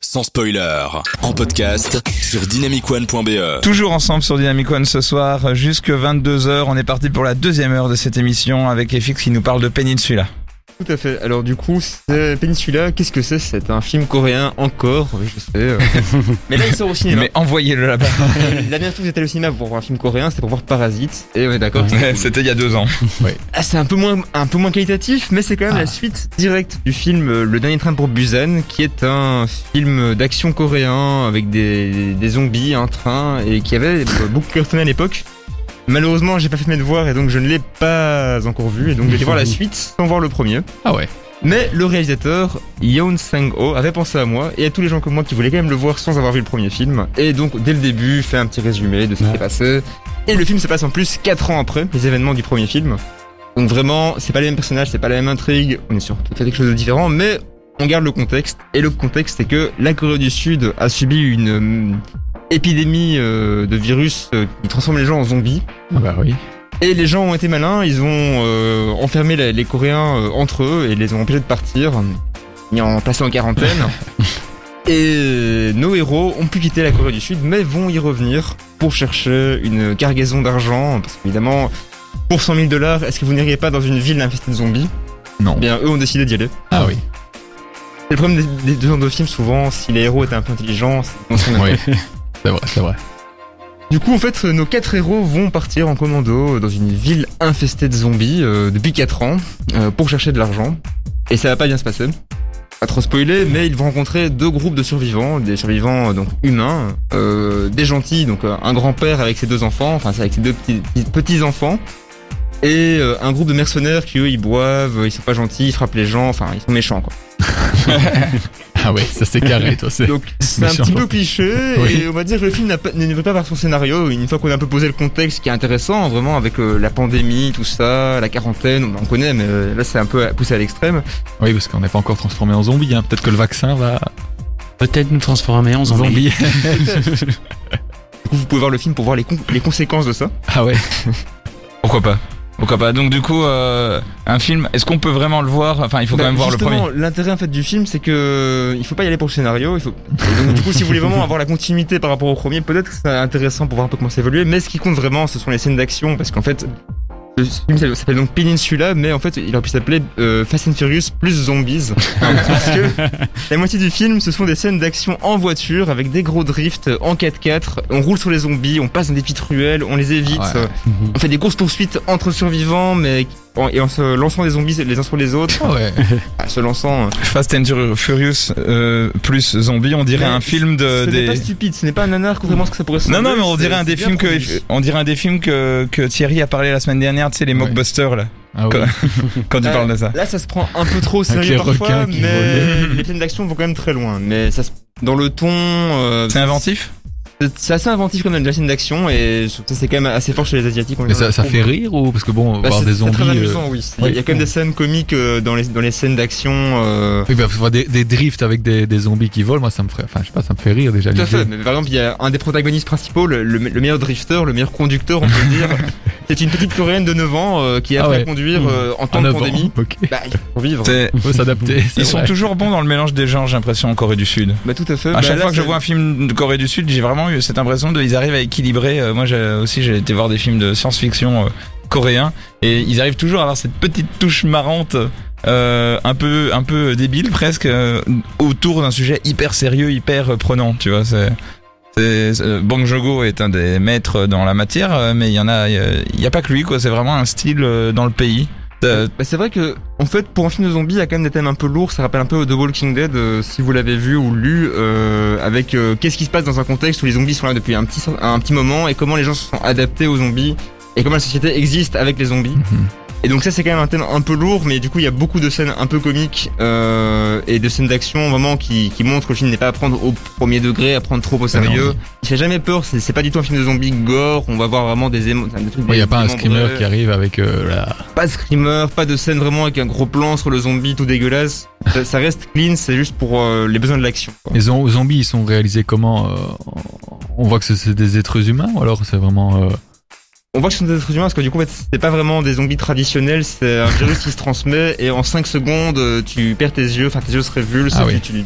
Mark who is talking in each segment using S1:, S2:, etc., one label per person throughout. S1: sans spoiler. En podcast sur dynamicone.be.
S2: Toujours ensemble sur Dynamic One ce soir, jusque 22h. On est parti pour la deuxième heure de cette émission avec FX qui nous parle de Peninsula.
S3: Tout à fait. Alors du coup, c'est Peninsula, qu'est-ce que c'est C'est un film coréen encore, oui, je sais. euh. Mais là, il sort au cinéma.
S2: Mais envoyez-le là-bas.
S3: La dernière fois que j'étais allé au cinéma pour voir un film coréen, c'était pour voir Parasite. Et on est d'accord. que
S2: Eh Ouais, C'était il y a deux ans.
S3: Ah, c'est un peu moins un peu moins qualitatif, mais c'est quand même
S4: Ah.
S3: la suite directe du film euh, Le dernier train pour Busan, qui est un film d'action coréen avec des, des zombies, un train et qui avait euh, beaucoup cartonné à l'époque. Malheureusement, j'ai pas fait mes devoirs et donc je ne l'ai pas encore vu et donc j'ai été voir la suite sans voir le premier.
S4: Ah ouais.
S3: Mais le réalisateur Yeon Sang-ho avait pensé à moi et à tous les gens comme moi qui voulaient quand même le voir sans avoir vu le premier film. Et donc dès le début, fait un petit résumé de ce qui
S4: Ouais.
S3: s'est passé. Et le film se passe en plus 4 ans après les événements du premier film. Donc vraiment, c'est pas les mêmes personnages, c'est pas la même intrigue, on est sur tout à fait quelque chose de différent, mais on garde le contexte. Et le contexte, c'est que la Corée du Sud a subi une euh, épidémie euh, de virus euh, qui transforme les gens en zombies.
S4: Ah bah oui.
S3: Et les gens ont été malins, ils ont euh, enfermé les, les Coréens euh, entre eux et les ont empêchés de partir, et en passant en quarantaine. et euh, nos héros ont pu quitter la Corée du Sud, mais vont y revenir pour chercher une cargaison d'argent, parce qu'évidemment, pour 100 000 dollars, est-ce que vous n'iriez pas dans une ville infestée de zombies
S2: Non.
S3: Eh Bien, eux ont décidé d'y aller.
S4: Ah oui.
S3: C'est le problème des, des deux genres de films, souvent, si les héros étaient un peu intelligents, on serait
S4: Oui. C'est vrai, c'est vrai.
S3: Du coup, en fait, nos quatre héros vont partir en commando dans une ville infestée de zombies euh, depuis 4 ans euh, pour chercher de l'argent. Et ça va pas bien se passer. Pas trop spoiler, mais ils vont rencontrer deux groupes de survivants, des survivants euh, donc humains, euh, des gentils, donc euh, un grand-père avec ses deux enfants, enfin c'est avec ses deux petits, petits enfants, et euh, un groupe de mercenaires qui eux ils boivent, ils sont pas gentils, ils frappent les gens, enfin ils sont méchants quoi.
S4: Ah ouais, ça c'est carré, toi. C'est...
S3: Donc c'est un
S4: Méchant.
S3: petit peu cliché
S4: Oui.
S3: et on va dire que le film n'a pas- ne veut pas par son scénario. Une fois qu'on a un peu posé le contexte qui est intéressant, vraiment avec euh, la pandémie, tout ça, la quarantaine, on en connaît, mais euh, là c'est un peu poussé à l'extrême.
S4: Oui, parce qu'on n'est pas encore transformé en zombie. Hein. Peut-être que le vaccin va.
S5: Peut-être nous transformer en zombies.
S4: Zombie.
S3: Du coup, vous pouvez voir le film pour voir les, con- les conséquences de ça.
S4: ah ouais.
S2: Pourquoi pas Pourquoi pas Donc du coup, euh, un film, est-ce qu'on peut vraiment le voir Enfin, il faut
S3: Bah,
S2: quand même voir le
S3: justement,
S2: premier.
S3: L'intérêt en fait du film, c'est que il faut pas y aller pour le scénario. Il faut... Et donc, du coup, si vous voulez vraiment avoir la continuité par rapport au premier, peut-être que c'est intéressant pour voir un peu comment ça évolue. Mais ce qui compte vraiment, ce sont les scènes d'action, parce qu'en fait, le film s'appelle- s'appelle donc Peninsula, mais en fait, il aurait pu s'appeler euh, Fast and Furious plus Zombies, parce que la moitié du film, ce sont des scènes d'action en voiture avec des gros drifts en 4x4. On roule sur les zombies, on passe dans des petites ruelles, on les évite.
S4: Ouais.
S3: On fait des courses poursuites entre survivants, mais en- et en se lançant des zombies les uns sur les autres,
S4: Ah ouais.
S3: en se lançant. euh,
S2: Fast and Furious euh, plus zombie, on dirait
S3: Mais
S2: un film de
S3: ce n'est pas
S2: des.
S3: stupide, ce n'est pas un nanar, contrairement à ce que ça pourrait
S2: Non
S3: sembler.
S2: non mais on
S3: c'est-
S2: dirait un
S3: c'est
S2: des
S3: bien
S2: films que
S3: produit.
S2: on dirait un des films que, que Thierry a parlé la semaine dernière, tu sais les
S4: Ouais.
S2: mockbusters là
S4: Ah ouais.
S2: Quoi quand tu
S3: Ouais.
S2: parles de ça.
S3: Là, ça se prend un peu trop au
S4: les
S3: sérieux parfois,
S4: requins qui
S3: mais les scènes d'action vont quand même très loin. Mais ça, se- dans le ton, euh,
S2: C'est inventif
S3: c'est- c'est assez inventif quand même la scène d'action et je trouve que c'est quand même assez fort chez les asiatiques. en
S4: Mais ça,
S3: général.
S4: ça fait rire ou parce que bon,
S3: Bah,
S4: voir
S3: c'est-
S4: des
S3: c'est
S4: zombies.
S3: très
S4: euh,
S3: amusant, oui. Il y a- il y a quand même des scènes comiques euh, dans les dans les scènes d'action. euh,
S4: Oui, bah, voir des, des drifts avec des, des zombies qui volent, moi ça me ferait, enfin je sais pas, ça me fait rire déjà.
S3: Tout à
S4: l'idée.
S3: fait. Mais par exemple, il y a un des protagonistes principaux, le, le- le meilleur drifter, le meilleur conducteur, on peut le dire. C'est une petite coréenne de 9 ans euh, qui a
S4: Ah
S3: appris à
S4: ouais.
S3: conduire euh, en temps
S4: En
S3: de
S4: avant.
S3: pandémie.
S4: Ok.
S3: Bah, il faut vivre.
S2: C'est-
S4: Faut s'adapter. c'est
S2: Ils sont
S4: vrai.
S2: toujours bons dans le mélange des genres, j'ai l'impression en Corée du Sud.
S3: Bah, tout à fait.
S2: À
S3: Bah,
S2: chaque
S3: là,
S2: fois que je
S3: c'est-
S2: vois un film de Corée du Sud, j'ai vraiment eu cette impression de ils arrivent à équilibrer. Euh, moi j'ai, aussi j'ai été voir des films de science-fiction euh, coréens et ils arrivent toujours à avoir cette petite touche marrante, euh, un peu un peu débile presque, euh, autour d'un sujet hyper sérieux, hyper euh, prenant. Tu vois, c'est, c'est, c'est- Bang Jogo est un des maîtres dans la matière, euh, mais il y en a, il y a pas que lui quoi. C'est vraiment un style euh, dans le pays. Euh,
S3: Bah, c'est vrai que, en fait, pour un film de zombie, il y a quand même des thèmes un peu lourds. Ça rappelle un peu The Walking Dead, euh, si vous l'avez vu ou lu, euh, avec euh, qu'est-ce qui se passe dans un contexte où les zombies sont là depuis un petit, un petit moment et comment les gens se sont adaptés aux zombies et comment la société existe avec les zombies.
S4: Mhm.
S3: Et donc ça c'est quand même un thème un peu lourd, mais du coup il y a beaucoup de scènes un peu comiques euh, et de scènes d'action vraiment qui, qui montrent que le film n'est pas à prendre au premier degré, à prendre trop au sérieux. Il fait jamais peur, c'est c'est pas du tout un film de zombie gore, on va voir vraiment des émotions, des trucs.
S4: Il n'y a pas un screamer
S3: qui
S4: qui arrive avec euh, la.
S3: pas de screamer, pas de scène vraiment avec un gros plan sur le zombie tout dégueulasse. Ça, ça reste clean, c'est juste pour euh, les besoins de l'action. quoi.
S4: Les zom- zombies, ils sont réalisés comment euh, On voit que c'est- c'est des êtres humains ou alors c'est vraiment. euh,
S3: On voit que ce sont des êtres humains parce que du coup, en fait, c'est pas vraiment des zombies traditionnels, c'est un virus qui se transmet et en 5 secondes, euh, tu perds tes yeux, enfin tes yeux se révulsent,
S4: Ah
S3: tu,
S4: oui.
S3: tu, tu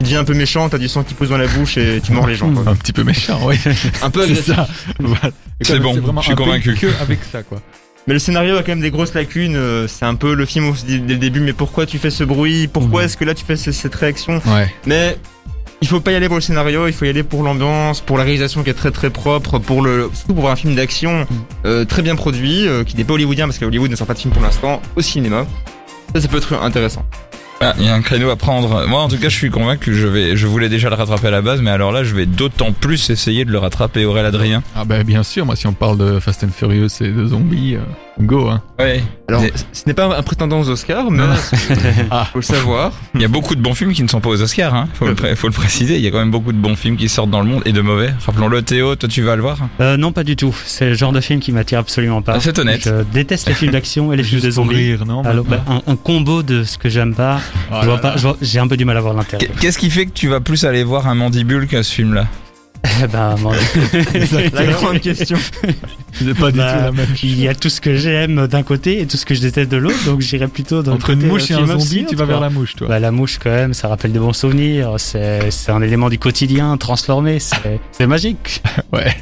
S3: deviens un peu méchant, t'as du sang qui pousse dans la bouche et tu mords les gens. quoi.
S4: Un petit peu méchant, oui.
S3: Un peu
S4: C'est
S3: agressif.
S4: ça. Voilà.
S2: C'est bon,
S4: vraiment
S2: je suis
S4: un pays
S2: convaincu.
S4: que avec ça, quoi.
S3: Mais le scénario a quand même des grosses lacunes. euh, C'est un peu le film où on se dit dès le début, mais pourquoi tu fais ce bruit Pourquoi
S4: Mmh.
S3: est-ce que là tu fais ce- cette réaction
S4: Ouais.
S3: Mais il faut pas y aller pour le scénario, il faut y aller pour l'ambiance, pour la réalisation qui est très très propre, pour le surtout pour un film
S5: Mm.
S3: d'action euh, très bien produit, euh, qui n'est pas hollywoodien parce que Hollywood ne sort pas de film pour l'instant au cinéma. Ça, ça peut être intéressant.
S2: Ah, il y a un créneau à prendre. Moi, en tout cas, je suis convaincu. Je vais, je voulais déjà le rattraper à la base, mais alors là, je vais d'autant plus essayer de le rattraper, Aurel Adrien.
S4: Ah bah bien sûr, moi si on parle de Fast and Furious et de zombies, euh, go hein.
S2: Ouais.
S3: Alors,
S2: Mais-
S3: ce n'est pas un prétendant aux Oscars, mais
S4: Ah.
S3: faut le savoir.
S2: Il y a beaucoup de bons films qui ne sont pas aux Oscars. Hein. Faut, le pré- faut le préciser. Il y a quand même beaucoup de bons films qui sortent dans le monde et de mauvais. Rappelons-le, Théo, toi, tu vas le voir.
S5: Euh, non, pas du tout. C'est le genre de film qui m'attire absolument pas.
S2: Ah, c'est honnête.
S5: Je déteste les films d'action et les films de
S4: pour
S5: zombies.
S4: rire, non
S5: Alors, bah, un, un combo de ce que j'aime pas,
S4: Ah
S5: je
S4: là
S5: vois pas, je vois- j'ai un peu du mal à voir l'intérêt.
S2: Qu'est-ce qui fait que tu vas plus aller voir un mandibule que ce film-là
S5: Eh ben, mon-
S3: La grande question.
S4: C'est pas du
S5: Bah,
S4: tout la même chose.
S5: il y a tout ce que j'aime d'un côté et tout ce que je déteste de l'autre, donc j'irai plutôt dans
S4: Entre
S5: le côté
S4: une mouche et
S5: euh,
S4: un
S5: film
S4: zombie,
S5: absurde,
S4: tu vas vers
S5: quoi.
S4: la mouche, toi.
S5: Bah, la mouche quand même, ça rappelle des bons souvenirs, c'est c'est un élément du quotidien transformé, c'est c'est magique.
S4: Ouais.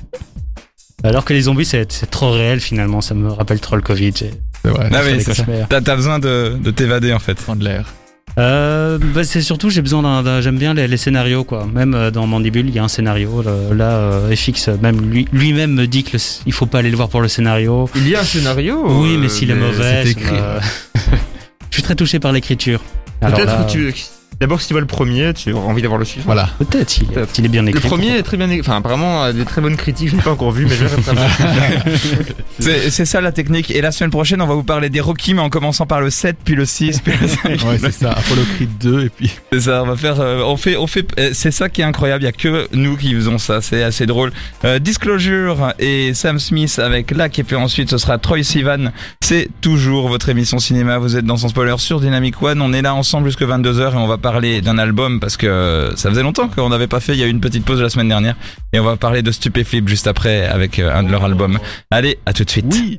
S5: Alors que les zombies c'est c'est trop réel finalement, ça me rappelle trop le Covid. j'ai-
S4: C'est vrai.
S2: Ah
S5: j'ai
S2: oui,
S5: des
S2: c'est ça.
S5: cauchemars.
S2: T'as t'as besoin de, de t'évader en fait.
S4: Prendre l'air.
S5: Euh, bah, c'est surtout j'ai besoin d'un, d'un- j'aime bien les, les scénarios quoi. Même euh, dans Mandibule il y a un scénario là, là, euh, FX même lui lui-même me dit que le- il faut pas aller le voir pour le scénario.
S3: Il y a un scénario.
S5: oui
S3: euh,
S5: mais s'il est mauvais,
S4: c'est
S5: ça
S4: écrit.
S5: me- je suis très touché par l'écriture. Alors là, euh,
S3: Peut-être que tu. D'abord, si tu vois le premier, tu auras envie d'avoir le suivant.
S4: Voilà.
S5: peut-être s'il est-
S3: Peut-être.
S5: s'il est bien
S3: Le
S5: écrit.
S3: premier est très bien, é- enfin apparemment a des très bonnes critiques, je l'ai pas encore vu, mais je vais rattraper.
S2: C'est c'est ça la technique. Et la semaine prochaine, on va vous parler des Rocky, mais en commençant par le 7, puis le 6, puis le 5.
S4: Ouais, c'est ça. Apollo Creed 2 et puis.
S2: C'est ça, on va faire. euh, on fait, on fait. euh, c'est ça qui est incroyable. Il y a que nous qui faisons ça. C'est assez drôle. Euh, Disclosure et Sam Smith avec Lac et puis ensuite ce sera Troy Sivan. C'est toujours votre émission cinéma. Vous êtes dans son spoiler sur Dynamic One. On est là ensemble jusque 22 h et on va parler d'un album parce que euh, ça faisait longtemps qu'on n'avait pas fait. Il y a eu une petite pause la semaine dernière et on va parler de Stupéflip juste après avec euh, un de leurs albums. Allez, à tout de suite.
S4: Oui.